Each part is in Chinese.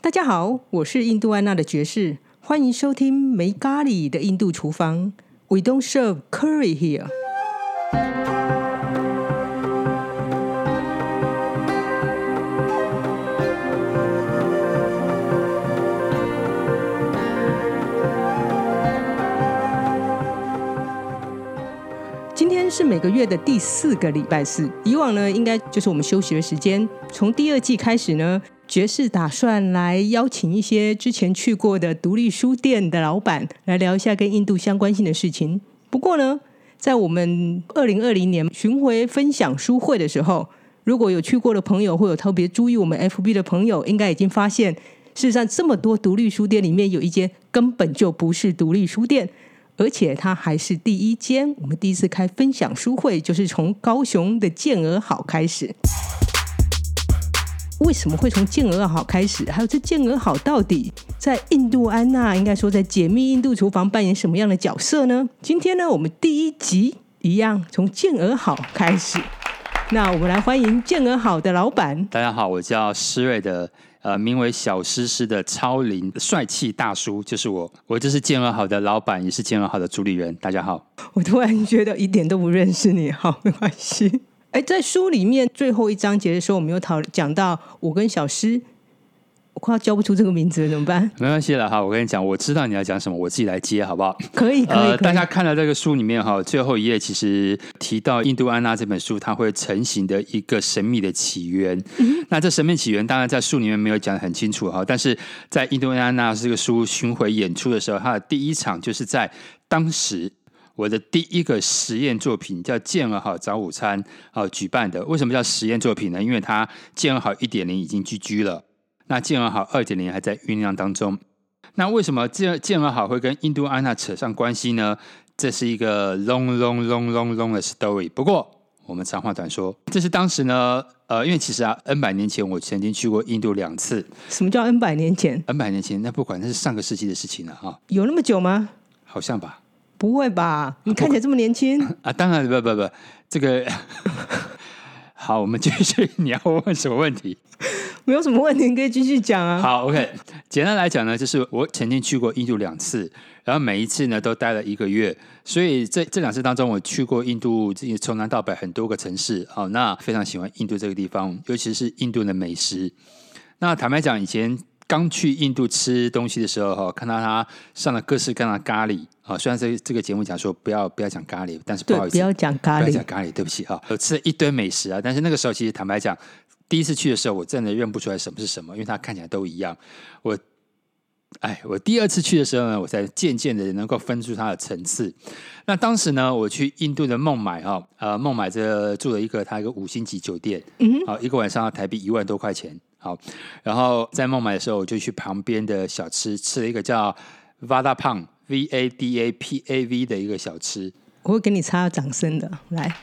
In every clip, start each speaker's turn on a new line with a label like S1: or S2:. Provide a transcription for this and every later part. S1: 大家好，我是印度安娜的爵士，欢迎收听没咖喱的印度厨房。We don't serve curry here。今天是每个月的第四个礼拜四，以往呢应该就是我们休息的时间。从第二季开始呢，爵士打算来邀请一些之前去过的独立书店的老板来聊一下跟印度相关性的事情。不过呢，在我们二零二零年巡回分享书会的时候，如果有去过的朋友，或有特别注意我们 FB 的朋友，应该已经发现，事实上这么多独立书店里面有一间根本就不是独立书店，而且它还是第一间。我们第一次开分享书会，就是从高雄的健儿好开始。为什么会从健儿好开始？还有这健儿好到底在印度安娜，应该说在解密印度厨房扮演什么样的角色呢？今天呢，我们第一集一样从健儿好开始。那我们来欢迎健儿好的老板，
S2: 大家好，我叫施瑞的，呃，名为小诗诗的超龄帅气大叔，就是我，我就是健儿好的老板，也是健儿好的主理人。大家好，
S1: 我突然觉得一点都不认识你，好，没关系。哎，在书里面最后一章节的时候，我们有讨讲到我跟小诗，我快要叫不出这个名字了，怎么办？
S2: 没关系了哈，我跟你讲，我知道你要讲什么，我自己来接好不好？
S1: 可以，可以，可以
S2: 呃大家看了这个书里面哈，最后一页其实提到《印度安娜》这本书，它会成型的一个神秘的起源。
S1: 嗯
S2: 那这神秘起源当然在书里面没有讲得很清楚哈，但是在《印度安娜》这个书巡回演出的时候，它的第一场就是在当时。我的第一个实验作品叫“健儿好早午餐”啊举办的，为什么叫实验作品呢？因为它“健儿好一点零”已经 GG 了，那“健儿好二点零”还在酝酿当中。那为什么健健儿好会跟印度安娜扯上关系呢？这是一个 long long long long long 的 story。不过我们长话短说，这是当时呢，呃，因为其实啊，N 百年前我曾经去过印度两次
S1: 什么叫 N 百年前？
S2: ，N 百年前那不管那是上个世纪的事情了啊，
S1: 有那么久吗？
S2: 好像吧？
S1: 不会吧？你看起来这么年轻，
S2: 啊，当然不不不，这个 好，我们继续。你要问什么问题？
S1: 没有什么问题，你可以继续讲啊。
S2: 好，OK。简单来讲呢，就是我曾经去过印度两次，然后每一次呢都待了一个月，所以这这两次当中，我去过印度这些从南到北很多个城市。好、那非常喜欢印度这个地方，尤其是印度的美食。那坦白讲，以前刚去印度吃东西的时候，哈，看到他上了各式各样的咖喱啊。虽然这这个节目讲说不要不要讲咖喱，但是不
S1: 对
S2: 好，意
S1: 不
S2: 思，
S1: 要讲咖
S2: 不要
S1: 喱
S2: 讲，咖喱，对不起哈、我呃吃了一堆美食啊，但是那个时候其实坦白讲，第一次去的时候，我真的认不出来什么是什么，因为它看起来都一样。我，哎，我第二次去的时候呢，我才渐渐的能够分出它的层次。那当时呢，我去印度的孟买哈、呃，孟买这住了一个它一个五星级酒店，嗯，好、一个晚上要台币一万多块钱，好，然后在孟买的时候，我就去旁边的小吃吃了一个叫 Vada Pang V A D A P A V 的一个小吃，
S1: 我会给你插掌声的。来，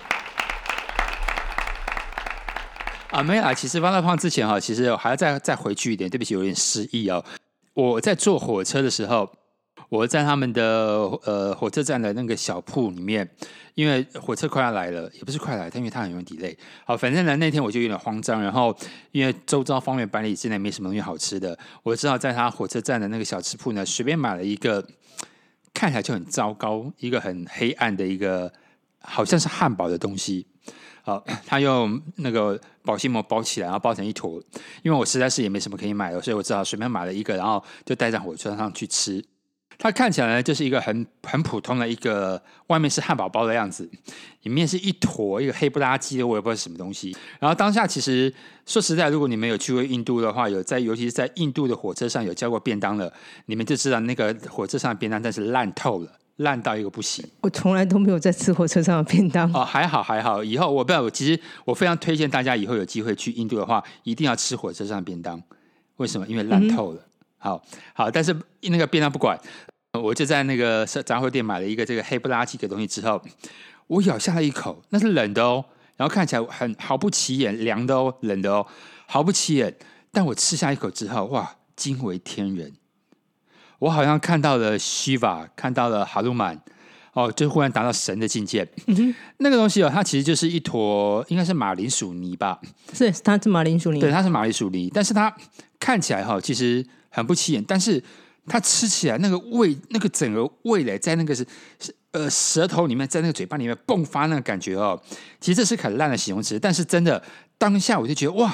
S2: 啊，没有啊，其实方大胖之前哈、其实我还要再再回去一点，对不起，有点失忆哦。我在坐火车的时候，我在他们的呃火车站的那个小铺里面，因为火车快要来了，也不是快来，但因为它很容易 delay。好，反正呢那天我就有点慌张，然后因为周遭方圆百里之内没什么东西好吃的，我只好在他火车站的那个小吃铺呢，随便买了一个看起来就很糟糕、一个很黑暗的一个好像是汉堡的东西。好，他用那个保鲜膜包起来，然后包成一坨。因为我实在是也没什么可以买的，所以我只好随便买了一个，然后就带上火车上去吃。它看起来呢就是一个很很普通的一个，外面是汉堡包的样子，里面是一坨一个黑不拉几的，我也不知道是什么东西。然后当下其实说实在，如果你们有去过印度的话，有在尤其是在印度的火车上有叫过便当的，你们就知道那个火车上的便当真是烂透了，烂到一个不行。
S1: 我从来都没有在吃火车上的便当。
S2: 哦，还好还好，以后我不知道，我其实我非常推荐大家以后有机会去印度的话，一定要吃火车上的便当。为什么？因为烂透了。好好，但是那个便当不管，我就在那个杂货店买了一个这个黑不拉几的东西之后，我咬下了一口，那是冷的哦，然后看起来很毫不起眼，凉的哦，冷的哦，毫不起眼。但我吃下一口之后，哇，惊为天人！我好像看到了 Shiva，看到了哈鲁曼，哦，就忽然达到神的境界。那个东西哦，它其实就是一坨，应该是马铃薯泥吧？
S1: 是它是马铃薯泥，
S2: 对，它是马铃薯泥，但是它看起来哈、其实很不起眼，但是它吃起来那个味，那个整个味蕾在那个是是呃舌头里面，在那个嘴巴里面迸发那个感觉哦，其实这是很烂的形容词，但是真的当下我就觉得哇，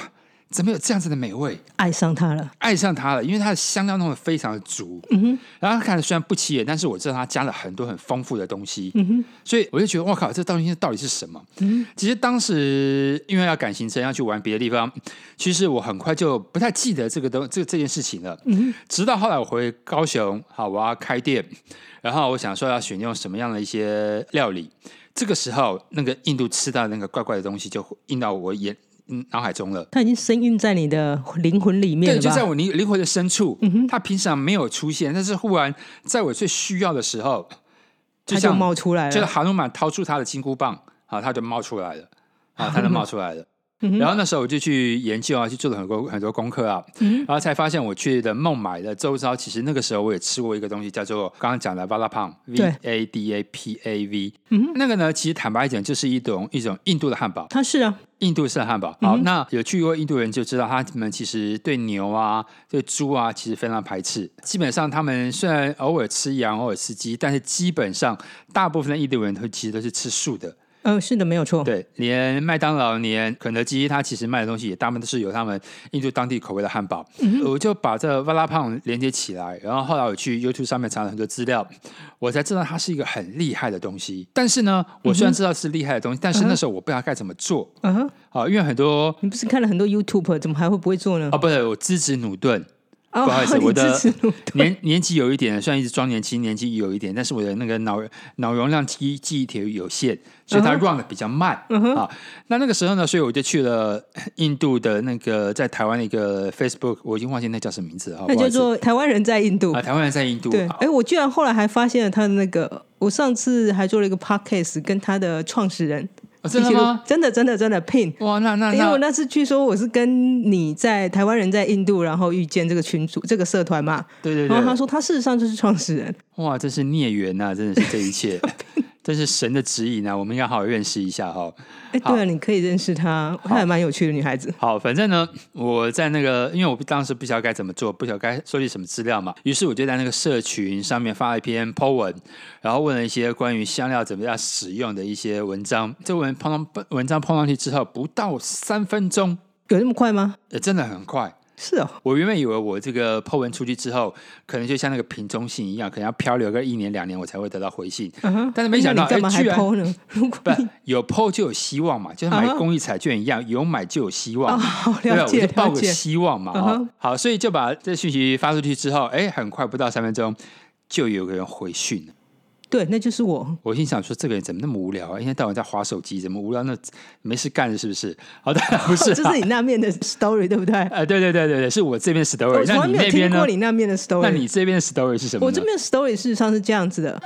S2: 怎么有这样子的美味？
S1: 爱上它了。
S2: 爱上它了，因为它的香料弄得非常的足。嗯哼，然后它看着虽然不起眼，但是我知道它加了很多很丰富的东西。嗯哼，所以我就觉得，哇靠，这东西到底是什么？嗯，其实当时因为要赶行程，要去玩别的地方，其实我很快就不太记得这个东这这件事情了。嗯，直到后来我回高雄，好，我要开店，然后我想说要选用什么样的一些料理。这个时候，那个印度吃到那个怪怪的东西就印到我眼嗯脑海中了。
S1: 它已经深印在你的灵魂里面
S2: 对，
S1: 了
S2: 就
S1: 吧？嗯
S2: 在我灵灵魂的深处，它平常没有出现，但是忽然在我最需要的时候，
S1: 它
S2: 就
S1: 就
S2: 像
S1: 冒出来
S2: 就是
S1: 了。
S2: 哈努曼掏出他的金箍棒，啊，它就冒出来了，啊，它就冒出来 了。
S1: 嗯
S2: 然后那时候我就去研究啊，去做了很多很多功课啊，
S1: 嗯
S2: 然后才发现我去的孟买的周遭，其实那个时候我也吃过一个东西，叫做刚刚讲的 Vadapam，V
S1: 对嗯
S2: A D A P A V，那个呢，其实坦白讲就是一种一种印度的汉堡，
S1: 它是啊，
S2: 印度式的汉堡。好，那有去过印度人就知道，他们其实对牛啊、对猪啊，其实非常排斥。基本上，他们虽然偶尔吃羊、偶尔吃鸡，但是基本上大部分的印度人都其实都是吃素的。
S1: 嗯，是的，没有错。
S2: 对，连麦当劳、连肯德基，它其实卖的东西也大部分都是有他们印度当地口味的汉堡。
S1: 嗯
S2: 我就把这瓦拉胖连接起来，然后后来我去 YouTube 上面查了很多资料，我才知道它是一个很厉害的东西。但是呢，我虽然知道是厉害的东西，但是那时候我不知道该怎么做。
S1: 嗯哼，
S2: 啊，因为很多
S1: 你不是看了很多 YouTube，怎么还会不会做呢
S2: 啊，？不是，我支持努顿。
S1: 哦
S2: 不好意思，我的
S1: 你支持路
S2: 年年纪有一点，虽然一直装年轻，年纪有一点，但是我的那个脑脑容量记记忆体有限，所以它
S1: 嗯
S2: run 的比较慢、啊。那那个时候呢，所以我就去了印度的那个在台湾的一个 Facebook，我已经忘记那叫什么名字啊，
S1: 那
S2: 不好
S1: 叫
S2: 意思
S1: 做台湾人在印度。
S2: 啊，台湾人在印度
S1: 对，
S2: 啊
S1: 哎，我居然后来还发现了他的那个，我上次还做了一个 podcast，跟他的创始人
S2: 啊真的
S1: 一起录
S2: 吗？
S1: 真的真的真的 Pin。
S2: 哇，那那
S1: 因为我
S2: 那
S1: 那次据说我是跟你在台湾人在印度，然后遇见这个群组这个社团嘛，
S2: 对对
S1: 然后他
S2: 对，
S1: 说他事实上就是创始人，
S2: 哇，真是孽缘呐、真的是这 一切，真是神的指引啊，我们应该好好认识一下哈、
S1: 哎，对啊，你可以认识她，她还蛮有趣的女孩子。
S2: 好，反正呢，我在那个，因为我当时不晓得该怎么做，不晓得该收集什么资料嘛，于是我就在那个社群上面发了一篇 po 文，然后问了一些关于香料怎么样使用的一些文章。这文碰上文章碰上去之后，不到三分钟，
S1: 有那么快吗？
S2: 呃，真的很快。
S1: 是哦，
S2: 我原本以为我这个 po 文出去之后，可能就像那个瓶中信一样，可能要漂流个一年两年我才会得到回信，
S1: 嗯哼
S2: 但是没想到，
S1: 那你干嘛
S2: 哎，
S1: 还
S2: 居然
S1: PO 呢？如果
S2: 不有 PO 就有希望嘛，就像买
S1: 啊哈
S2: 公益彩券一样，有买就有希望。
S1: 啊，好
S2: 对吧
S1: 了解
S2: 我就抱
S1: 了
S2: 个
S1: 解，
S2: 希望嘛、
S1: 嗯
S2: 哦
S1: 哼
S2: 好，所以就把这讯息发出去之后，哎，很快不到三分钟就有个人回讯了。
S1: 对，那就是我。
S2: 我心想说，这个人怎么那么无聊啊？一天到晚在划手机，怎么无聊？那没事干了是不是？好的，不 是、
S1: 这
S2: 啊，
S1: 是你那面的 story 对不对？
S2: 呃， 对对对对对，是我这边 story，
S1: 我从
S2: 那
S1: 来
S2: 你
S1: 没有
S2: 那
S1: 听
S2: 边呢
S1: 过？你那面的
S2: 那
S1: story。
S2: 你这边的 story 是什么呢？
S1: 我这边的 story 事实上是这样子的。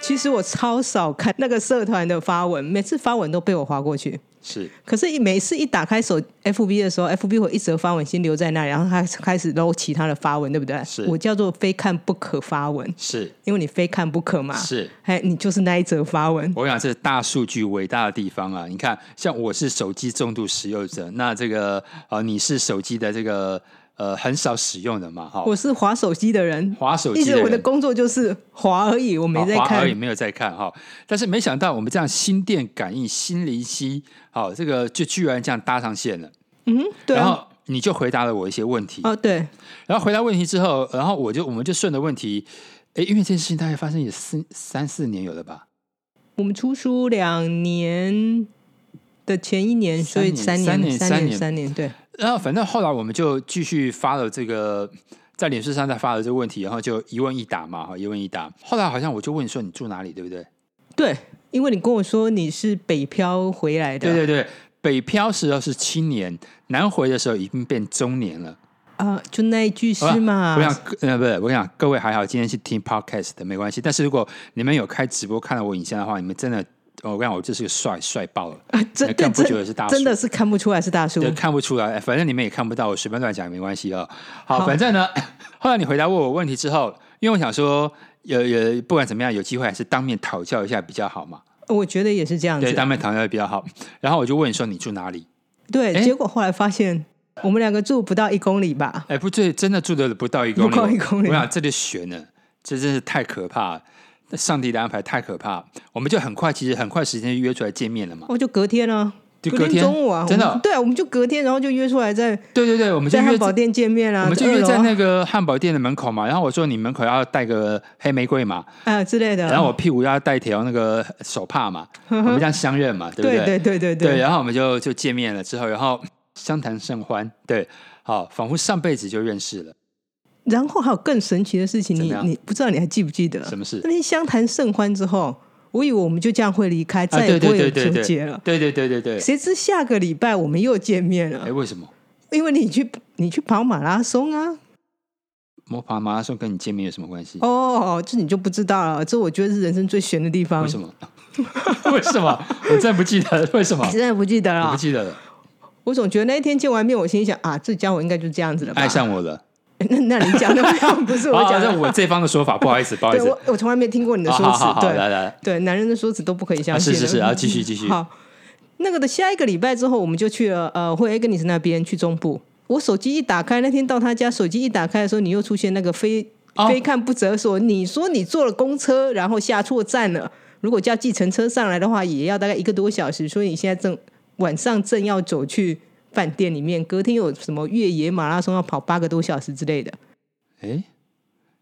S1: 其实我超少看那个社团的发文，每次发文都被我划过去。
S2: 是
S1: 可是每次一打开手 FB 的时候，FB 会一则发文先留在那里，然后开开始搂其他的发文，对不对？
S2: 是
S1: 我叫做非看不可发文，
S2: 是
S1: 因为你非看不可嘛。
S2: 是，
S1: 哎，你就是那一则发文。
S2: 我想这是大数据伟大的地方啊！你看，像我是手机重度使用者，那这个呃，你是手机的这个呃很少使用的嘛？哈、
S1: 我是划手机的人，
S2: 滑手
S1: 一
S2: 机
S1: 直我的
S2: 人
S1: 工作就是划而已，我没在
S2: 华
S1: 看
S2: 而已。没有在看哈、但是没想到我们这样心电感应、心灵犀，好、这个就居然这样搭上线了。
S1: 嗯，对
S2: 然
S1: 啊，
S2: 后你就回答了我一些问题，
S1: 哦对，
S2: 然后回答问题之后，然后我就我们就顺着问题，诶，因为这件事情大概发生也四三四年有了吧，
S1: 我们出书两年的前一年，所以
S2: 三
S1: 三
S2: 年
S1: 年、
S2: 三年
S1: 年、三年，对，
S2: 然后反正后来我们就继续发了这个，在脸书上再发了这个问题，然后就一问一答嘛，哈，一问一答。后来好像我就问你说你住哪里，对不对？
S1: 对，因为你跟我说你是北漂回来的，
S2: 对对对，北漂时候是青年，南回的时候已经变中年了。
S1: 啊、就那一句诗嘛
S2: 我，想，呃，不是，我想各位还好，今天是听 podcast 的，没关系。但是如果你们有开直播看到我影像的话，你们真的，哦我跟你讲，我就是个帅帅爆了，
S1: 啊真
S2: 更
S1: 的
S2: 不觉得
S1: 真
S2: 是大叔，
S1: 真的是看不出来是大叔
S2: 对，看不出来，反正你们也看不到，我随便乱讲也没关系哦。好，
S1: 好
S2: 反正呢，后来你回答过我问题之后，因为我想说，呃呃，不管怎么样，有机会还是当面讨教一下比较好嘛。
S1: 我觉得也是这样
S2: 对，
S1: 子。
S2: 当面讨教比较好。然后我就问说你住哪里？
S1: 对，
S2: 诶
S1: 结果后来发现我们两个住不到一公里吧？
S2: 哎，不对，真的住的不到一公里，哦
S1: 不到一公里
S2: 我想这就悬了，这真是太可怕了。上帝的安排太可怕了，我们就很快，其实很快时间就约出来见面了嘛。
S1: 哦，就隔天啊，
S2: 就
S1: 隔
S2: 隔天
S1: 中午啊，
S2: 真的
S1: 我们对啊，我们就隔天，然后就约出来在
S2: 对对对，我们就
S1: 在
S2: 约
S1: 汉堡店见面啊，
S2: 我们就
S1: 在二
S2: 约
S1: 楼啊
S2: 在那个汉堡店的门口嘛，然后我说你门口要带个黑玫瑰嘛，
S1: 啊之类的。
S2: 然后我屁股要带条那个手帕 嘛，我们这样相认嘛，对不
S1: 对
S2: 对
S1: 对对对
S2: 对，然后我们就就见面了之后，然后相谈甚欢，对，好，仿佛上辈子就认识了，
S1: 然后还有更神奇的事情，
S2: 怎
S1: 你
S2: 么样
S1: 你不知道你还记不记得？
S2: 什么事
S1: 那天相谈甚欢之后，我以为我们就这样会离开，
S2: 啊，
S1: 再
S2: 对
S1: 也不
S2: 对
S1: 会有
S2: 对对
S1: 纠
S2: 对，
S1: 结了。
S2: 对对对对对，
S1: 谁知下个礼拜我们又见面了
S2: 哎，，为什么
S1: 因为你去你去跑马拉松啊！
S2: 魔法马拉松跟你见面有什么关系？
S1: 哦，这你就不知道了，这我觉得是人生最悬的地方。
S2: 为什么？ 为什么？我真不记 得为什么
S1: 你，现哎在不记得
S2: 我
S1: 了
S2: 不？记得了，
S1: 我总觉得那一天见完面，我心里想啊，这家伙应该就这样子了吧？
S2: 爱上我了。
S1: 那那你讲的不是我
S2: 啊哦好，
S1: 讲
S2: 这
S1: 的，
S2: 我这方 的说法，不好意思，不好意
S1: 对
S2: 思
S1: 我。我从来没听过你的
S2: 好
S1: 说
S2: 好
S1: 辞
S2: 好，好，来
S1: 对
S2: 来，
S1: 对，男人的说辞都不可以相
S2: 啊
S1: 信
S2: 是
S1: 的。
S2: 是是，然后继续继续。
S1: 好，那个的下一个礼拜之后，我们就去了呃惠 g 尼斯那边去中部。我手机一打开，那天到他家，手机一打开的时候，你又出现那个非、
S2: 哦
S1: 非看不择手。你说你坐了公车，然后下错站了。如果叫计程车上来的话，也要大概一个多小时。所以你现在正晚上正要走去饭店里面，隔天有什么越野马拉松要跑八个多小时之类的。
S2: 哎，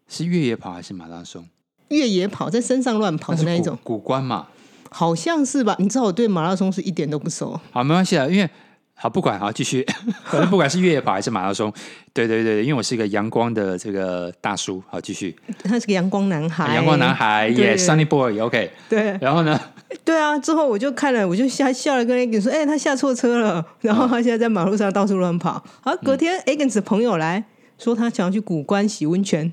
S2: 是越野跑还是马拉松？
S1: 越野跑在身上乱跑
S2: 那
S1: 的
S2: 是
S1: 哦那一
S2: 古
S1: 种，
S2: 古关嘛。
S1: 好像是吧？你知道我对马拉松是一点都不熟。
S2: 好，没关系啊，因为好不管好继续， 反正不管是越野跑还是马拉松，对对对，因为我是一个阳光的这个大叔，好继续，
S1: 他是个阳光男孩，
S2: 阳光男孩
S1: 对
S2: 也 Sunny Boy，OK，
S1: 对
S2: 然后呢，
S1: 对啊，之后我就看了，我就吓笑了，跟 Agnes 说：“哎、他下错车了。”然后他现在在马路上到处乱跑。好，隔天
S2: 嗯
S1: Agnes 的朋友来说他想要去古关洗温泉，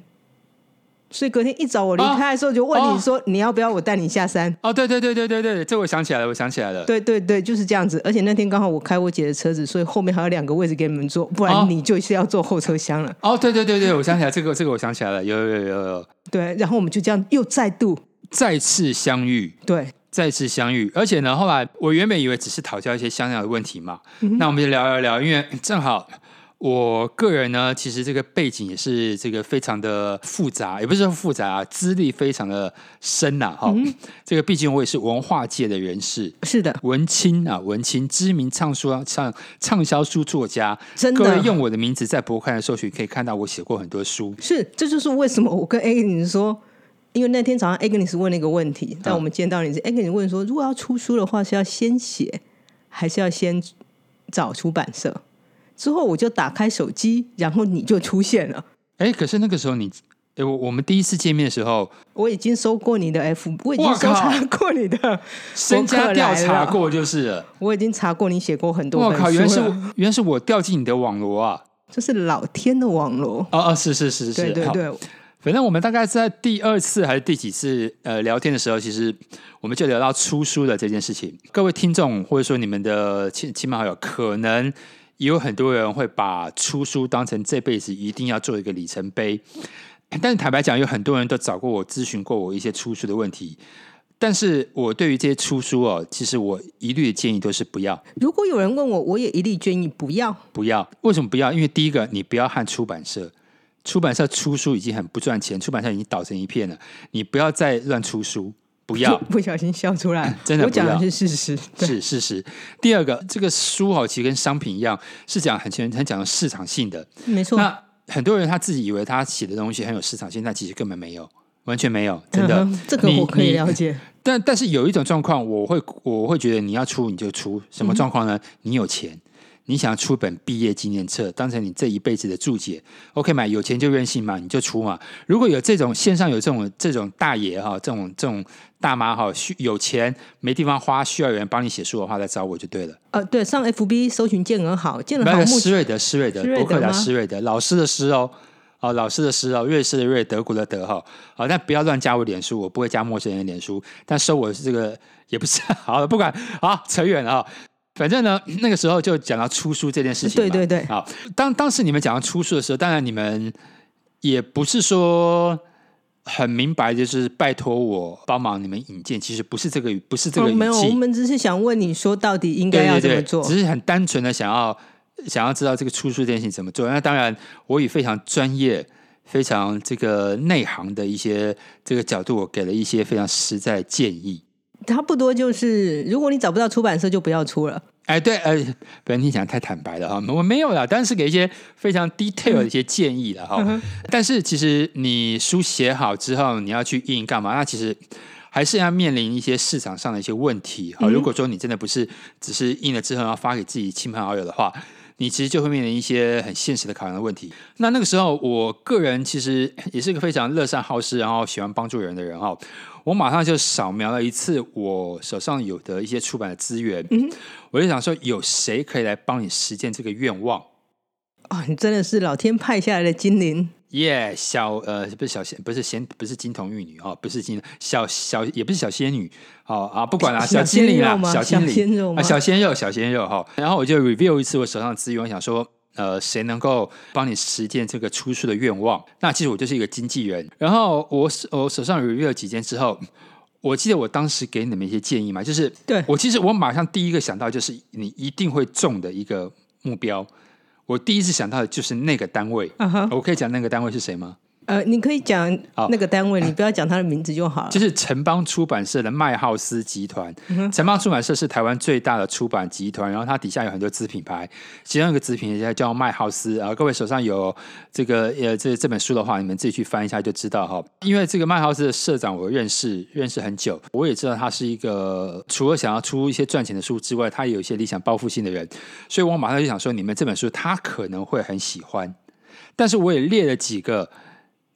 S1: 所以隔天一早我离开的时候就问你说：“你要不要我带你下山
S2: 哦，对对对对对对，这我想起来了，我想起来？”了，
S1: 对对对，就是这样子。而且那天刚好我开我姐的车子，所以后面还有两个位置给你们坐，不
S2: 哦
S1: 然你就是要坐后车厢了。
S2: 哦，对对对对，我想起来这个这个我想起来了，有有有有有，
S1: 对，然后我们就这样又再度
S2: 再次相遇，
S1: 对
S2: 再次相遇，而且呢，后来我原本以为只是讨教一些相样的问题嘛，
S1: 嗯
S2: 那我们就聊聊聊，因为正好我个人呢，其实这个背景也是这个非常的复杂，也不是说复杂、啊，资历非常的深呐、
S1: 嗯
S2: 哈、这个毕竟我也是文化界的人士。
S1: 是的，
S2: 文青啊，文青，知名畅书畅畅销书作家，
S1: 真的
S2: 各位用我的名字在博客来搜寻，可以看到我写过很多书。
S1: 是，这就是为什么我跟 Agnes 说，因为那天早上 Agnes 问了一个问题，在
S2: 嗯
S1: 我们见到你是 Agnes 问说，如果要出书的话，是要先写，还是要先找出版社？之后我就打开手机，然后你就出现了。
S2: 哎，可是那个时候你，哎，我我们第一次见面的时候，
S1: 我已经收过你的 F，我已经
S2: 哇
S1: 搜
S2: 靠
S1: 查过你的，
S2: 身家调
S1: 博客来
S2: 查
S1: 了
S2: 过就是了。
S1: 我已经查过你写过很多
S2: 我
S1: 本
S2: 靠，
S1: 书
S2: 原来是
S1: 了。
S2: 我原来是我掉进你的网罗啊！
S1: 这是老天的网络，
S2: 哦哦，是是是是，
S1: 对对
S2: 好。
S1: 对，
S2: 反正我们大概在第二次还是第几次呃聊天的时候，其实我们就聊到出书的这件事情。各位听众或者说你们的亲亲朋好友，可能也有很多人会把出书当成这辈子一定要做一个里程碑。但是坦白讲，有很多人都找过我咨询过我一些出书的问题，但是我对于这些出书哦，其实我一律的建议都是不要。
S1: 如果有人问我，我也一律建议不要。
S2: 不要。为什么不要？因为第一个，你不要和出版社，出版社出书已经很不赚钱，出版社已经倒成一片了，你不要再乱出书，不要
S1: 不小心笑出来，
S2: 真的
S1: 我讲
S2: 不
S1: 的
S2: 要
S1: 是事实。对
S2: 是事实。第二个，这个书哦，其实跟商品一样，是讲很很讲市场性的。
S1: 没错。
S2: 那很多人他自己以为他写的东西很有市场性，但其实根本没有。完全没有，真 的，
S1: 嗯哼这个
S2: 你
S1: 我可以
S2: 你
S1: 了解。
S2: 但但是有一种状况，我会我会觉得你要出你就出，什么状况呢？你有钱，你想出本毕业纪念册，当成你这一辈子的注解，OK 嘛？有钱就任性嘛，你就出嘛。如果有这种线上有这种这种大爷哈，这种这种大妈哈，需有钱没地方花，需要有人帮你写书的话，来找我就对了。
S1: 呃，对，上 FB 搜寻健儿好，健儿
S2: 没
S1: 好
S2: 有
S1: 目
S2: 施
S1: 前
S2: 瑞德，施瑞德
S1: 施，瑞
S2: 伯克
S1: 德
S2: 达
S1: 吗
S2: 施瑞德，老师的师哦，哦，老师的师哦，瑞士的瑞，德国的德哈，好、但不要乱加我脸书，我不会加陌生人的脸书，但收我是这个也不是 好了，不管好扯远了啊、反正呢，那个时候就讲到出书这件事情
S1: 对
S2: 嘛，
S1: 对对
S2: 好，当当时你们讲到出书的时候，当然你们也不是说很明白，就是拜托我帮忙你们引荐，其实不是这个语，不是这个语
S1: 哦没有，我
S2: 气，
S1: 们只是想问你说到底应该
S2: 对
S1: 要
S2: 对
S1: 怎么
S2: 对，
S1: 做。
S2: 只是很单纯的想要想要知道这个出书这件事情怎么做。那当然，我以非常专业、非常这个内行的一些这个角度，我给了一些非常实在的建议。
S1: 差不多就是，如果你找不到出版社，就不要出了。
S2: 哎，对，呃，不然你讲太坦白了哈，我没有啦，但是给一些非常 detail 的一些建议了哈。 但是其实你书写好之后，你要去印干嘛？那其实还是要面临一些市场上的一些问题哈。如果说你真的不是只是印了之后要发给自己亲朋好友的话，你其实就会面临一些很现实的考量的问题。那那个时候，我个人其实也是个非常乐善好施，然后喜欢帮助人的人哈。我马上就扫描了一次我手上有的一些出版的资源，我就想说，有谁可以来帮你实践这个愿望？
S1: 哦，你真的是老天派下来的精灵，
S2: 耶、小呃不是小仙，不是仙，不是金童玉女哦，不是金小小也不是小仙女哦啊，不管啦、
S1: 小
S2: 精灵
S1: 鲜肉
S2: 啦，
S1: 吗
S2: 小精
S1: 小鲜肉
S2: 灵
S1: 吗
S2: 啊，小鲜肉，小鲜肉哈、然后我就 review 一次我手上的资源，我想说。呃，谁能够帮你实践这个出书的愿望？那其实我就是一个经纪人。然后我手我手上 review 了几件之后，我记得我当时给你们一些建议嘛，就是
S1: 对
S2: 我其实我马上第一个想到就是你一定会中的一个目标。我第一次想到的就是那个单位，
S1: 嗯哼
S2: 我可以讲那个单位是谁吗？
S1: 呃，你可以讲
S2: 好
S1: 那个单位，你不要讲他的名字就好了
S2: 啊就。是城邦出版社的麦浩斯集团。城邦出版社是台湾最大的出版集团，然后它底下有很多子品牌，其中一个子品牌叫麦浩斯啊。各位手上有这个呃这这本书的话，你们自己去翻一下就知道哈。因为这个麦浩斯的社长我认识认识很久，我也知道他是一个除了想要出一些赚钱的书之外，他也有一些理想抱负性的人，所以我马上就想说，你们这本书他可能会很喜欢，但是我也列了几个。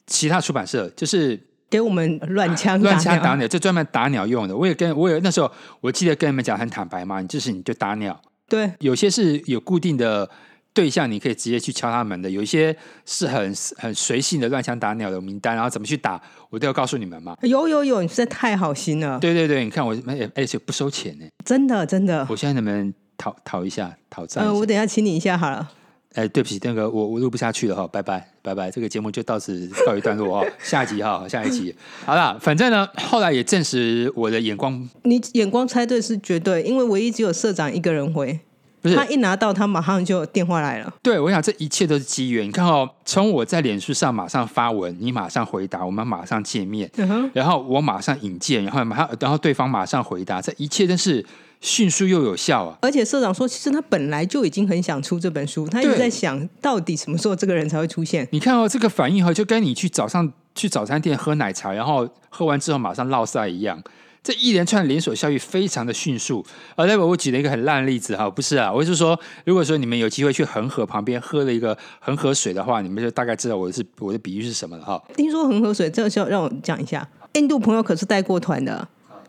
S2: 其他出版社就是
S1: 给我们乱枪
S2: 乱枪打
S1: 打
S2: 鸟，就专门打鸟用的。我也跟我有那时候，我记得跟你们讲很坦白嘛，你就是你就打鸟，
S1: 对，
S2: 有些是有固定的对象，你可以直接去敲他们的；有一些是很很随性的乱枪打鸟的名单，然后怎么去打，我都要告诉你们嘛。
S1: 有有有，你实在太好心了，
S2: 对对对，你看我哎而且不收钱呢，
S1: 真的真的。
S2: 我现在能不能讨讨一下讨债一
S1: 呃，
S2: 下？
S1: 我等一下请你一下好了。
S2: 哎，对不起，那个我我录不下去了哈，拜拜拜拜，这个节目就到此告一段落哈， 下集哈，下一集好啦，反正呢，后来也证实我的眼光
S1: 你眼光猜对是绝对，因为唯一只有社长一个人回，
S2: 不是
S1: 他一拿到他马上就电话来了。
S2: 对，我想这一切都是机缘。你看哦，从我在脸书上马上发文，你马上回答，我们马上见面，
S1: 嗯哼，
S2: 然后我马上引荐，然后马上，然后对方马上回答，这一切真是迅速又有效啊！
S1: 而且社长说，其实他本来就已经很想出这本书，他一直
S2: 对
S1: 在想到底什么时候这个人才会出现。
S2: 你看哦，这个反应哦，就跟你去早上去早餐店喝奶茶，然后喝完之后马上落塞一样。这一连串连锁效应非常的迅速，呃，那我举了一个很烂的例子哈，不是啊，我是说，如果说你们有机会去恒河旁边喝了一个恒河水的话，你们就大概知道我是我的比喻是什么了哈。
S1: 听说恒河水，这个时候让我讲一下，印度朋友可是带过团的，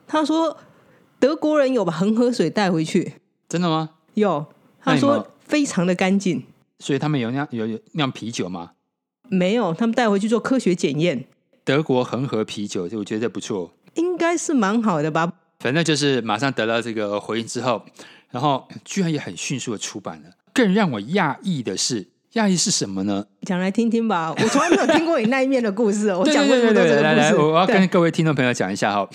S1: 他说德国人有把恒河水带回去，
S2: 真的吗？
S1: 有，他
S2: 那你们
S1: 说非常的干净，
S2: 所以他们有酿有有酿啤酒吗？
S1: 没有，他们带回去做科学检验，
S2: 德国恒河啤酒，就我觉得不错。
S1: 应该是蛮好的吧？
S2: 反正就是马上得到这个回应之后，然后居然也很迅速的出版了。更让我讶异的是，讶异是什么呢？
S1: 讲来听听吧，我从来没有听过你那一面的故事，我讲过这么
S2: 对对
S1: 多
S2: 对
S1: 这
S2: 对，来来，
S1: 个
S2: 我我要
S1: 故事，
S2: 跟
S1: 对，
S2: 各位听众朋友讲一下哈。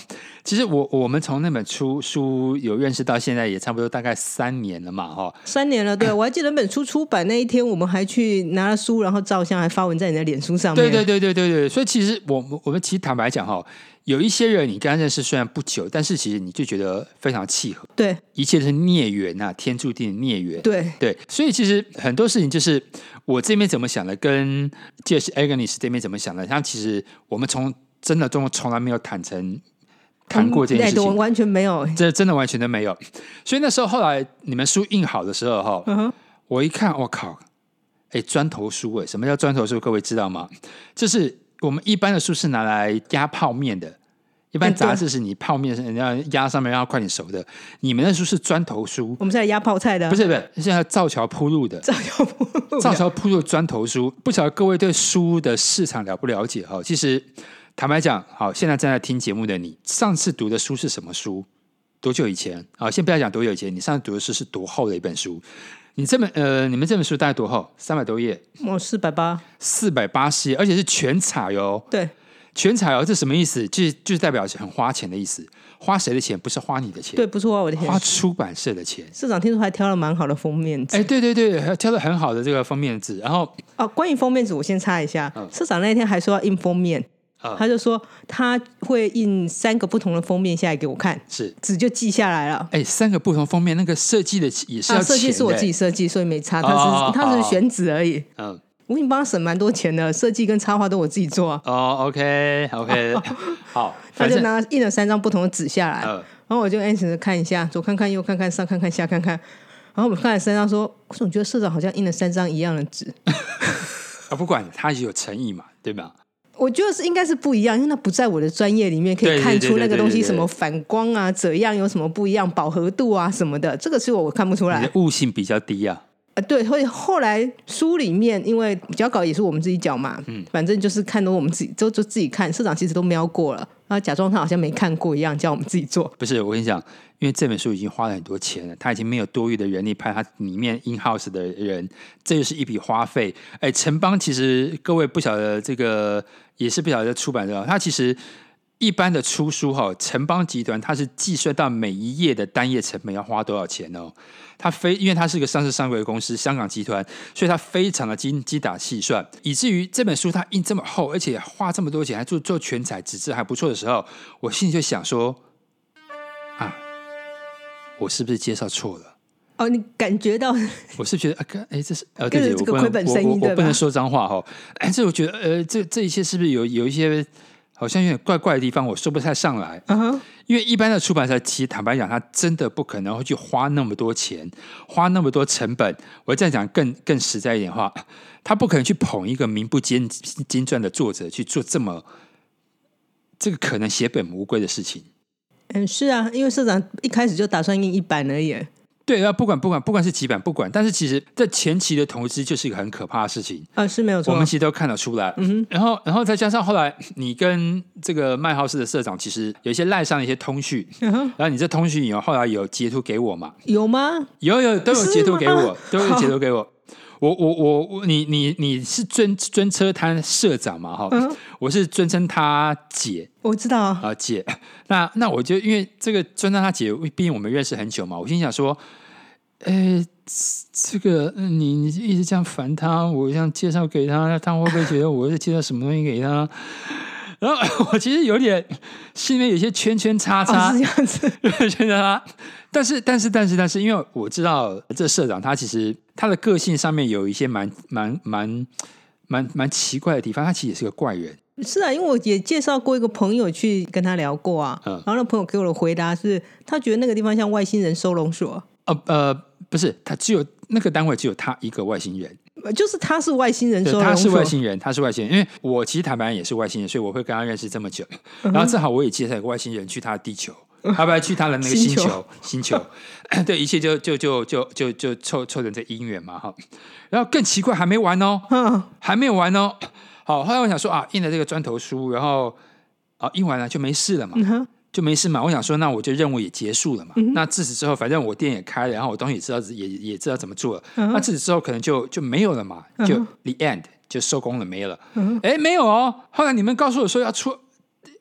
S2: 其实我我们从那本出书有认识到现在，也差不多大概三年了嘛哈。
S1: 三年了， 对啊我还记得那本书出版那一天，我们还去拿了书，然后照相，还发文在你的脸书上
S2: 对
S1: 面，
S2: 对对对对对，所以其实我们我们其实坦白讲哈，有一些人你刚认识虽然不久，但是其实你就觉得非常契合，
S1: 对
S2: 一切都是孽缘呐、天注定的孽缘。
S1: 对
S2: 对，所以其实很多事情就是我这边怎么想的，跟 Jess Agnes 这边怎么想的，他其实我们从真的从从来没有坦诚谈过这
S1: 嗯
S2: 件
S1: 对
S2: 事
S1: 我
S2: 情，
S1: 完全没有，
S2: 这真的完全都没有。所以那时候后来你们书印好的时候哈，
S1: 嗯哼。
S2: 我一看，我靠，哎，砖头书哎，什么叫砖头书？各位知道吗？就是我们一般的书是拿来压泡面的。一般
S1: 嗯对
S2: 杂志是你泡面是人家压上面让它快点熟的，你们那书是砖头书，
S1: 我们是来压泡菜的，
S2: 不是不是，是要造桥铺路的。
S1: 造谣不
S2: 造桥铺路砖头书，不晓得各位对书的市场了不了解哈？其实坦白讲，好，现在正在听节目的你，上次读的书是什么书？多久以前啊？先不要讲多久以前，你上次读的书是多厚的一本书？你这本呃，你们这本书大
S1: 哦
S2: 概多厚？三百多页，
S1: 我四百八，
S2: 四百八十页，而且是全彩哟。哦
S1: 对，
S2: 全彩哦，这什么意思？就就是代表很花钱的意思。花谁的钱？不是花你的钱，
S1: 对，不是啊花我的钱
S2: 花。出版社的钱。
S1: 社长听说还挑了蛮好的封面纸
S2: 哎，对对对，挑了很好的这个封面纸，然后
S1: 哦。关于封面纸，我先插一下，
S2: 嗯
S1: 社长那天还说要印封面，
S2: 啊
S1: 他就说他会印三个不同的封面下来给我看，
S2: 是
S1: 纸就记下来了。
S2: 哎三个不同封面，那个设计的也是要
S1: 啊，
S2: 钱的、
S1: 设计是我自己设计，所以没差。他
S2: 哦
S1: 是他
S2: 哦
S1: 只
S2: 哦
S1: 是选纸而已，
S2: 嗯
S1: 我已经帮他省蛮多钱的，设计跟插画都我自己做啊。
S2: 哦，OK OK，好，
S1: 哦他
S2: 反
S1: 就
S2: 正
S1: 拿印了三张不同的纸下来，
S2: 呃
S1: 然后我就 a n s 看一下，左看看，右看看，上看看，下看看。然后我们看了三张，说：“我总觉得社长好像印了三张一样的纸。
S2: 啊不管他有诚意嘛，对吧？”
S1: 我觉得是应该是不一样，因为那不在我的专业里面，可
S2: 对
S1: 以看出那
S2: 对对对
S1: 个东
S2: 对
S1: 西
S2: 对
S1: 什么反光啊、怎样有什么不一样、饱和度啊什么的，这个是我我看不出
S2: 你
S1: 来
S2: 的。悟性比较低啊，
S1: 呃，对，所以后来书里面，因为脚稿也是我们自己脚嘛，嗯，反正就是看都我们自己，就就自己看。社长其实都瞄过了，然后假装他好像没看过一样，叫我们自己做。
S2: 不是，我跟你讲，因为这本书已经花了很多钱了，他已经没有多余的人力派他里面 in house 的人，这就是一笔花费。哎，城邦其实各位不晓得这个也是不晓得出版的，他其实。一般的出书哈、城邦集团它是计算到每一页的单页成本要花多少钱哦。它非因为它是一个上市上柜的公司，香港集团，所以它非常的精精打细算，以至于这本书它印这么厚，而且花这么多钱，还做做全彩纸质还不错的时候，我心里就想说，啊，我是不是介绍错了？
S1: 哦，你感觉到
S2: 我是觉得啊，干哎，这是呃，对
S1: 跟着这
S2: 对，我
S1: 个
S2: 不能
S1: 亏本生意
S2: 我我
S1: 对吧
S2: 我不能说脏话哈。哎，这我觉得呃，这这一些是不是有有一些好像有点怪怪的地方，我说不太上来。
S1: 啊哈？
S2: 因为一般的出版社，其实坦白讲，他真的不可能会去花那么多钱，花那么多成本。我这样讲更更实在一点的话，他不可能去捧一个名不见经传的作者去做这么这个可能血本无归的事情。
S1: 嗯，是啊，因为社长一开始就打算印一版而已。
S2: 对，那不管不管不管是几版，不管，但是其实在前期的投资就是一个很可怕的事情，
S1: 啊，是没嗯有
S2: 我
S1: 错
S2: 们。其实都看得出来。然后然后再加上后来你跟这个麦浩斯的社长其实有一些赖上的一些通讯，
S1: 嗯哼
S2: 然后你这通讯以后后来有截图给我嘛，
S1: 有吗？
S2: 有有都有
S1: 是
S2: 截图给我
S1: 吗，
S2: 都有截图给我。我我我我，你你你是尊尊车摊社长嘛哈？
S1: 嗯
S2: 我是尊称他姐，
S1: 我知道啊，
S2: 啊姐，那那我就因为这个专章他姐，毕竟我们认识很久嘛，我心想说，呃，这这个嗯你你一直这样烦他，我这样介绍给他，他会不会觉得我是介绍什么东西给他？ 然后 我其实有点心里面有些圈圈叉叉
S1: 哦， 是这样子。
S2: 觉得他，但是但是但是但是，因为我知道这社长他其实他的个性上面有一些蛮蛮蛮蛮蛮奇怪的地方，他其实也是个怪人。
S1: 是啊，因为我也介绍过一个朋友去跟他聊过啊，
S2: 嗯
S1: 然后那朋友给我的回答是，他觉得那个地方像外星人收容所，
S2: 呃呃，不是，他只有那个单位只有他一个外星人，
S1: 呃就是他是外星人哦
S2: 对
S1: 收容所，
S2: 他是外星人，他是外星人。因为我其实坦白讲也是外星人，所以我会跟他认识这么久。
S1: 嗯
S2: 然后正好我也介绍一个外星人去他的地球，他不要去他的那个星
S1: 星球
S2: 球，星球， 对，一切就就就就就就凑凑成这姻缘嘛哈。然后更奇怪还没完哦，
S1: 嗯，
S2: 还没有完哦。好，后来我想说啊，印了这个砖头书，然后啊印完了就没事了嘛，
S1: 嗯哼
S2: 就没事嘛。我想说，那我就任务也结束了嘛。
S1: 嗯
S2: 那自此之后，反正我店也开了，然后我东西也知道也也知道怎么做了。
S1: 嗯
S2: 那自此之后，可能就就没有了嘛，就 the end 就收工了，没了。
S1: 嗯
S2: 哎、没有哦。后来你们告诉我说要出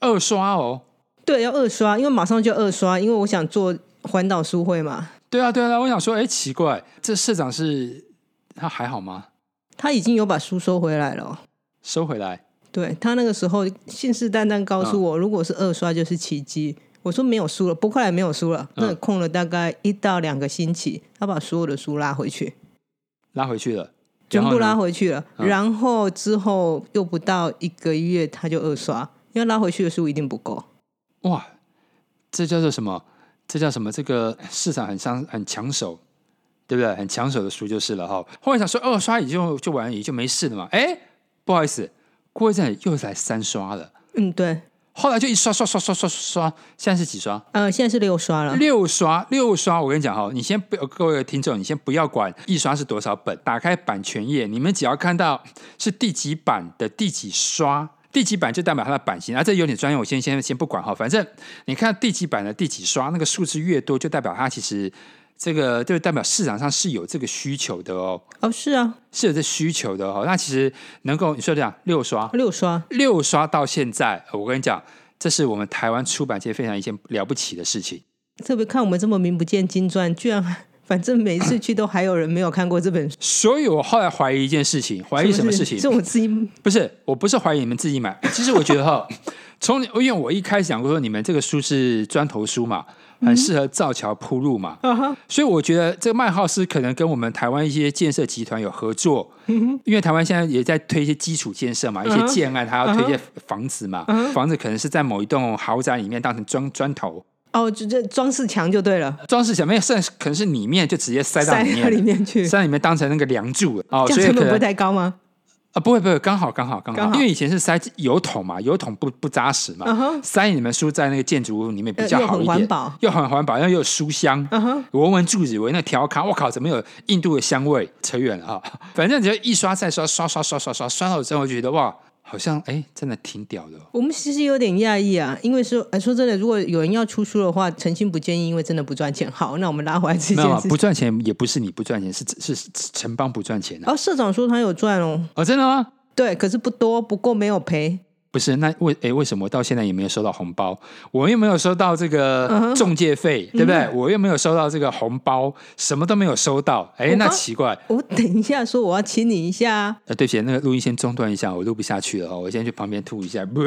S2: 二刷哦。
S1: 对，要二刷，因为马上就二刷，因为我想做环岛书会嘛，
S2: 对啊，对啊，我想说，哎，奇怪，这社长是他还好吗？
S1: 他已经有把书收回来了哦。
S2: 收回来，
S1: 对他那个时候信誓旦旦告
S2: 嗯
S1: 诉我，如果是二刷就是奇迹。我说没有书了，博客来没有书了，
S2: 嗯
S1: 那空了大概一到两个星期，他把所有的书拉回去，
S2: 拉回去了，
S1: 全部拉
S2: 回。
S1: 回去了。
S2: 嗯
S1: 然后之后又不到一个月，他就二刷，因为拉回去的书一定不够。
S2: 哇，这叫做什么？这叫什么？这个市场很上很抢手，对不对？很抢手的书就是了哈。后来想说二刷也就就完也就没事了嘛。哎，不好意思，过一阵又来三刷了。
S1: 嗯，对，
S2: 后来就一刷刷刷刷刷刷，现在是几刷？
S1: 呃，现在是六刷了。
S2: 六刷，六刷！我跟你讲哈，你先不，各位听众，你先不要管一刷是多少本，打开版权页，你们只要看到是第几版的第几刷，第几版就代表它的版型啊，这有点专业，我先先先不管哈，反正你看第几版的第几刷，那个数字越多，就代表它其实这个就代表市场上是有这个需求的哦，
S1: 哦，是啊，
S2: 是有这需求的哦。那其实能够你说这样六刷，
S1: 六刷，
S2: 六刷到现在，我跟你讲，这是我们台湾出版界非常一件了不起的事情。
S1: 特别看我们这么名不见经传，居然 还反正每次去都还有人没有看过这本书，
S2: 所以我后来怀疑一件事情， 怀疑什么
S1: 是
S2: 事
S1: 不是
S2: 情？
S1: 是我自己
S2: 不是，我不是怀疑你们自己买，其实我觉 得哈，从你因为我一开始讲过说你们这个书是砖头书嘛，
S1: 嗯
S2: 很适合造桥铺路嘛，
S1: 啊哈，
S2: 所以我觉得这个麦浩斯可能跟我们台湾一些建设集团有合作，
S1: 嗯
S2: 因为台湾现在也在推一些基础建设嘛，一些建案它要推一些房子
S1: 嗯
S2: 嘛，房子可能是在某一栋豪宅里面当成砖砖头。
S1: 哦，就这装饰墙就对了，
S2: 装饰小妹甚至可能是里面就直接塞到
S1: 塞
S2: 里
S1: 到里
S2: 面，
S1: 面去，
S2: 塞到里面当成那个梁柱哦，
S1: 这
S2: 所
S1: 样成本
S2: 以可
S1: 不
S2: 能
S1: 会太高吗？
S2: 啊，不会不会，刚好刚好刚
S1: 刚
S2: 好，
S1: 好
S2: 因为以前是塞油桶嘛，油桶不不扎实嘛
S1: 嗯哼
S2: 塞你们书在那个建筑物里面比
S1: 呃
S2: 较
S1: 又
S2: 好
S1: 很
S2: 一
S1: 环
S2: 点，
S1: 保
S2: 又很环保，然后又有书香。
S1: 嗯哼，
S2: 闻闻柱子，闻那调侃，我靠，怎么有印度的香味？扯远了啊、反正只要一刷再刷，刷刷刷刷刷刷到之后，觉得哇，好像哎，真的挺屌的哦、
S1: 我们其实有点讶异啊，因为说，哎，说真的，如果有人要出书的话，诚心不建议，因为真的不赚钱。好，那我们拉回来这
S2: 没有
S1: 件
S2: 啊
S1: 事
S2: 不
S1: 情。
S2: 赚钱，也不是你不赚钱，是是是城邦不赚钱啊！
S1: 哦，社长说他有赚哦，
S2: 哦，真的吗？
S1: 对，可是不多，不过没有赔。
S2: 不是，那为诶，为什么我到现在也没有收到红包？我又没有收到这
S1: 嗯
S2: 个中介费对不对？我又没有收到这个红包，什么都没有收到。诶，
S1: 红包
S2: 那奇怪。
S1: 我等一下说我要请你一下啊，
S2: 呃，对不起，那个录音先中断一下，我录不下去了哦，我先去旁边吐一下。不，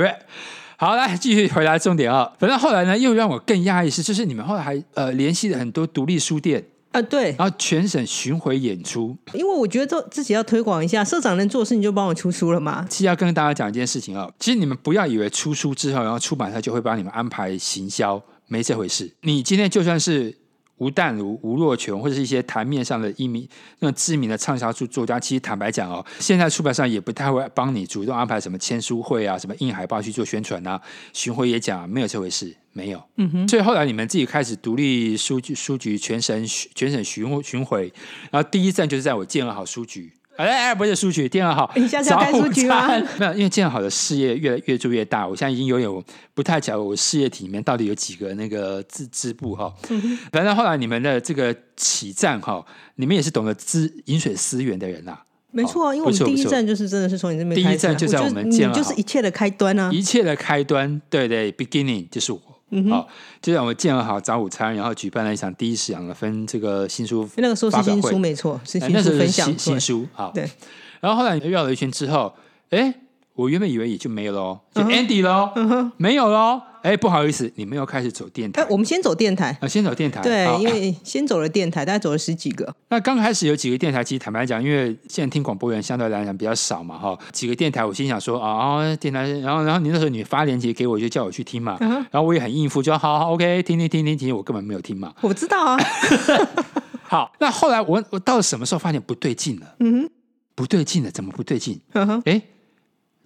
S2: 好，来继续回答重点啊、反正后来呢，又让我更讶异是，就是你们后来还呃联系了很多独立书店，
S1: 啊对，
S2: 然后全省巡回演出。
S1: 因为我觉得自己要推广一下，社长能做的事你就帮我出书了嘛。
S2: 其实要跟大家讲一件事情哦，其实你们不要以为出书之后，然后出版社就会帮你们安排行销，没这回事。你今天就算是吴淡如、吴若权，或者是一些台面上的一名那种知名的畅销书作家，其实坦白讲哦，现在出版社也不太会帮你主动安排什么签书会啊、什么印海报去做宣传啊、巡回也讲，没有这回事，没有。嗯哼。所以后来你们自己开始独立书局、书局全省全省巡巡回，然后第一站就是在我建了好书局。哎哎，不是书局，建了好。
S1: 你下次要开书局吗
S2: 早午餐？ 没有，因为建好的事业越来越做越大，我现在已经有点不太晓得我事业体里面到底有几个那个支支部哈。
S1: 嗯
S2: 反正后来你们的这个起站哈，你们也是懂得资饮水思源的人呐、
S1: 没错啊，因为我
S2: 不
S1: 们
S2: 错
S1: 第
S2: 不
S1: 一
S2: 错
S1: 站就是真的是从你这边
S2: 第一
S1: 开始啊，
S2: 站就在
S1: 我
S2: 我
S1: 觉得
S2: 们
S1: 你
S2: 建了
S1: 就是
S2: 好
S1: 一切的开端啊。嗯
S2: 一切的开端，对对，beginning 就是我。好，就让我建了好早午餐，然后举办了一场第一场的分这个新书
S1: 那个时候
S2: 发
S1: 是
S2: 表
S1: 新
S2: 会
S1: 书，没错，是
S2: 哎
S1: 新
S2: 那时
S1: 书
S2: 候
S1: 分
S2: 是
S1: 享
S2: 新
S1: 会
S2: 新。书好。
S1: 对，
S2: 然后后来绕了一圈之后，哎，我原本以为也就没有喽，
S1: 嗯
S2: 就 Andy 喽，没有喽。哎，不好意思，你们又开始走电台
S1: 哎，，我们先走电台，
S2: 啊，先走电台，
S1: 对
S2: 好，
S1: 因为先走了电台，大概走了十几个。
S2: 那刚开始有几个电台，其实坦白讲，因为现在听广播人相对来讲比较少嘛，哈，几个电台，我心想说啊、哦，电台，然后然后你那时候你发链接给我，就叫我去听嘛，然后我也很应付，就好好 OK，听听听听听，我根本没有听嘛。
S1: 我知道啊，
S2: 好，那后来我我到了什么时候发现不对劲了？嗯，不对劲了，怎么不对劲？
S1: 嗯哼
S2: 哎，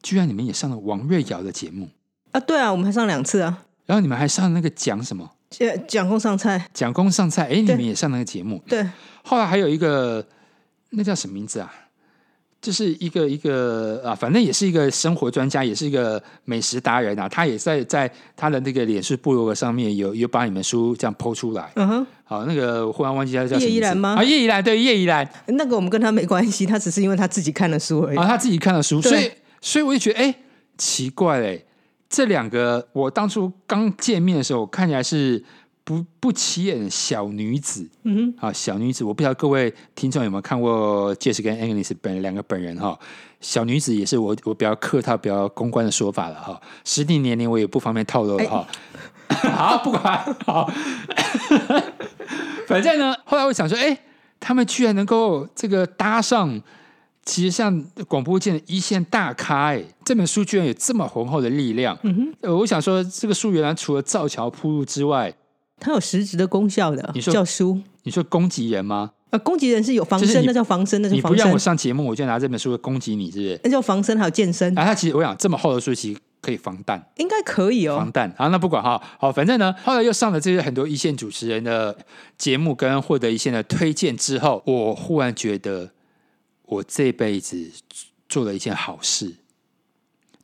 S2: 居然你们也上了王瑞瑶的节目，
S1: 啊，对啊，我们还上两次啊，
S2: 然后你们还上那个讲什么
S1: 呃蒋公上菜，
S2: 讲公上菜，哎，你
S1: 对
S2: 们也上那个节目，
S1: 对，
S2: 后来还有一个，那叫什么名字啊？就是一个一个啊，反正也是一个生活专家，也是一个美食达人啊。他也在在他的那个脸书部落格上面有有把你们书这样剖出来。
S1: 嗯哼，
S2: 好，那个我忽然忘记他叫什么
S1: 叶宜
S2: 名字
S1: 兰吗
S2: 啊，叶依兰对叶依兰
S1: 那个我们跟他没关系，他只是因为他自己看了书而已。
S2: 啊，他自己看了书，
S1: 对
S2: 所以所以我就觉得哎，奇怪嘞，这两个我当初刚见面的时候看起来是不不起眼的小女子，
S1: 嗯
S2: 啊，小女子，我不知道各位听众有没有看过 Jess 跟 Agnes 本两个本人哈、小女子也是我我比较客套、比较公关的说法了哈、实际年龄我也不方便透露了哈、
S1: 哎
S2: 好，不管好， 反正呢，后来我想说，哎，他们居然能够这个搭上。其实像广播界的一线大咖，哎，这本书居然有这么浑厚的力量。嗯哼，呃，我想说，这个书原来除了造桥铺路之外，
S1: 它有实质的功效的，
S2: 你说
S1: 叫书。
S2: 你说攻击人吗？
S1: 呃，攻击人是有防
S2: 就是
S1: 身，
S2: 你
S1: 那叫防身，那
S2: 你
S1: 叫
S2: 不
S1: 防
S2: 让我
S1: 身，
S2: 上节目，我就拿这本书攻击你，是不是？
S1: 那叫防身，还有健身，
S2: 啊，他其实我想这么厚的书其实可以防弹，
S1: 应该可以哦
S2: 防。弹。啊，那不管哈，好，反正呢，后来又上了这些很多一线主持人的节目跟获得一线的推荐之后，我忽然觉得我这辈子做了一件好事，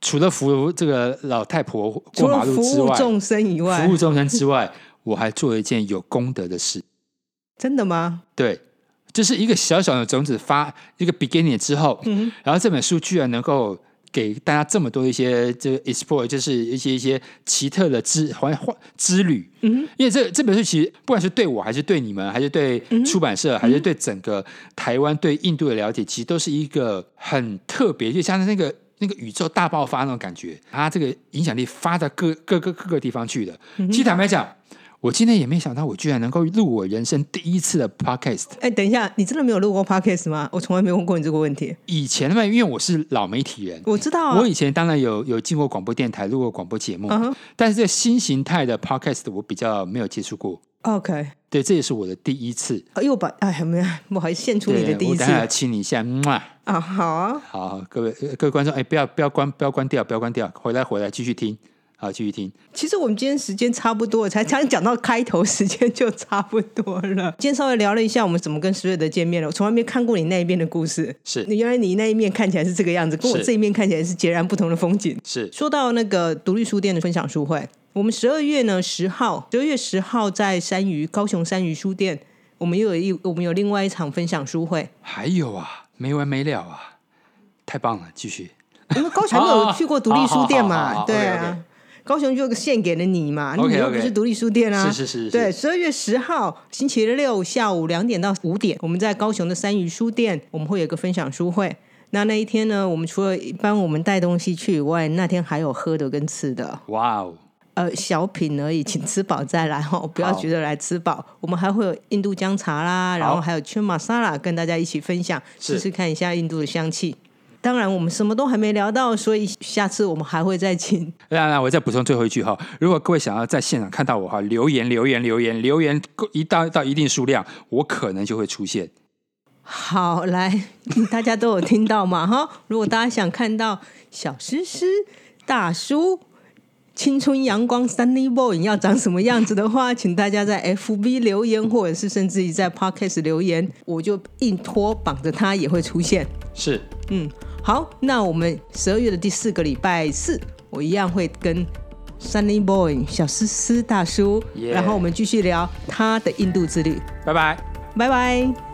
S2: 除了服务这个老太婆
S1: 除
S2: 过马
S1: 了
S2: 路
S1: 服
S2: 之
S1: 务
S2: 外，
S1: 众生以外
S2: 服，务众生之外，我还做了一件有功德的事。
S1: 真的吗？
S2: 对，就是一个小小的种子发一个 beginning 之后，然后这本书居然能够给大家这么多一些这个 explore，就是一些一些奇特的之环环之旅。嗯，因为这这本书其实不管是对我，还是对你们，还是对出版社，还是对整个台湾对印度的了解，其实都是一个很特别，就像是那个。那个宇宙大爆发那种感觉，它这个影响力发到各各个各个地方去的。其实坦白讲，我今天也没想到，我居然能够录我人生第一次的 podcast。
S1: 哎，等一下，你真的没有录过 podcast 吗？我从来没问过你这个问题。
S2: 以前嘛，因为我是老媒体人，
S1: 我知道啊
S2: 我，以前当然有有进过广播电台，录过广播节目
S1: 嗯哼
S2: 但是这个新形态的 podcast 我比较没有接触过。
S1: OK，
S2: 对，这也是我的第一次。
S1: 哦又把哎，没有，不好意思，献出你的
S2: 对，
S1: 第
S2: 我
S1: 一次
S2: 等下亲你一下，哇！
S1: 啊，好啊，
S2: 好，各位呃各位观众，哎，不要不要关不要关掉，不要关掉，回来回来继续听，好，继续听。
S1: 其实我们今天时间差不多了，才刚讲到开头，时间就差不多了。今天稍微聊了一下我们怎么跟石瑞德见面了，我从来没看过你那一面的故事。
S2: 是
S1: 你原来你那一面看起来是这个样子，跟我
S2: 是
S1: 这一面看起来是截然不同的风景。
S2: 是
S1: 说到那个独立书店的分享书会，我们十二月呢十号，十二月十号在山鱼高雄山鱼书店，我们又有一我们有另外一场分享书会，
S2: 还有啊，没完没了啊，太棒了，继续。
S1: 因为高雄有去过独立书店嘛，
S2: 哦哦哦哦哦哦
S1: 对
S2: OK，OK
S1: 啊。高雄就献给了你嘛，你
S2: OK，OK
S1: 又不是独立书店啊。
S2: 是是是是
S1: 对，十二月十号星期六下午两点到五点，我们在高雄的三余书店，我们会有一个分享书会。那那一天呢，我们除了一般我们带东西去以外，那天还有喝的跟吃的。
S2: 哇哦，
S1: 呃小品而已，请吃饱再来 哦，不要
S2: 好
S1: 觉得来吃饱。我们还会有印度姜茶啦，然后还有圈玛莎拉跟大家一起分享，
S2: 是
S1: 试试看一下印度的香气。当然，我们什么都还没聊到，所以下次我们还会再请。
S2: 那那我再补充最后一句哈，如果各位想要在现场看到我哈，留言留言留言留言一到到一定数量，我可能就会出现。
S1: 好，来，大家都有听到嘛哈？ 如果大家想看到小诗诗、大叔、青春阳光 Sunny Boy 要长什么样子的话，请大家在 FB 留言，或者是甚至于在 Podcast 留言，我就硬拖绑着他也会出现。
S2: 是，
S1: 嗯，好，那我们十二月的第四个礼拜四，我一样会跟 Sunny Boy 小思思大叔
S2: Yeah
S1: 然后我们继续聊他的印度之旅。
S2: 拜拜。
S1: 拜拜。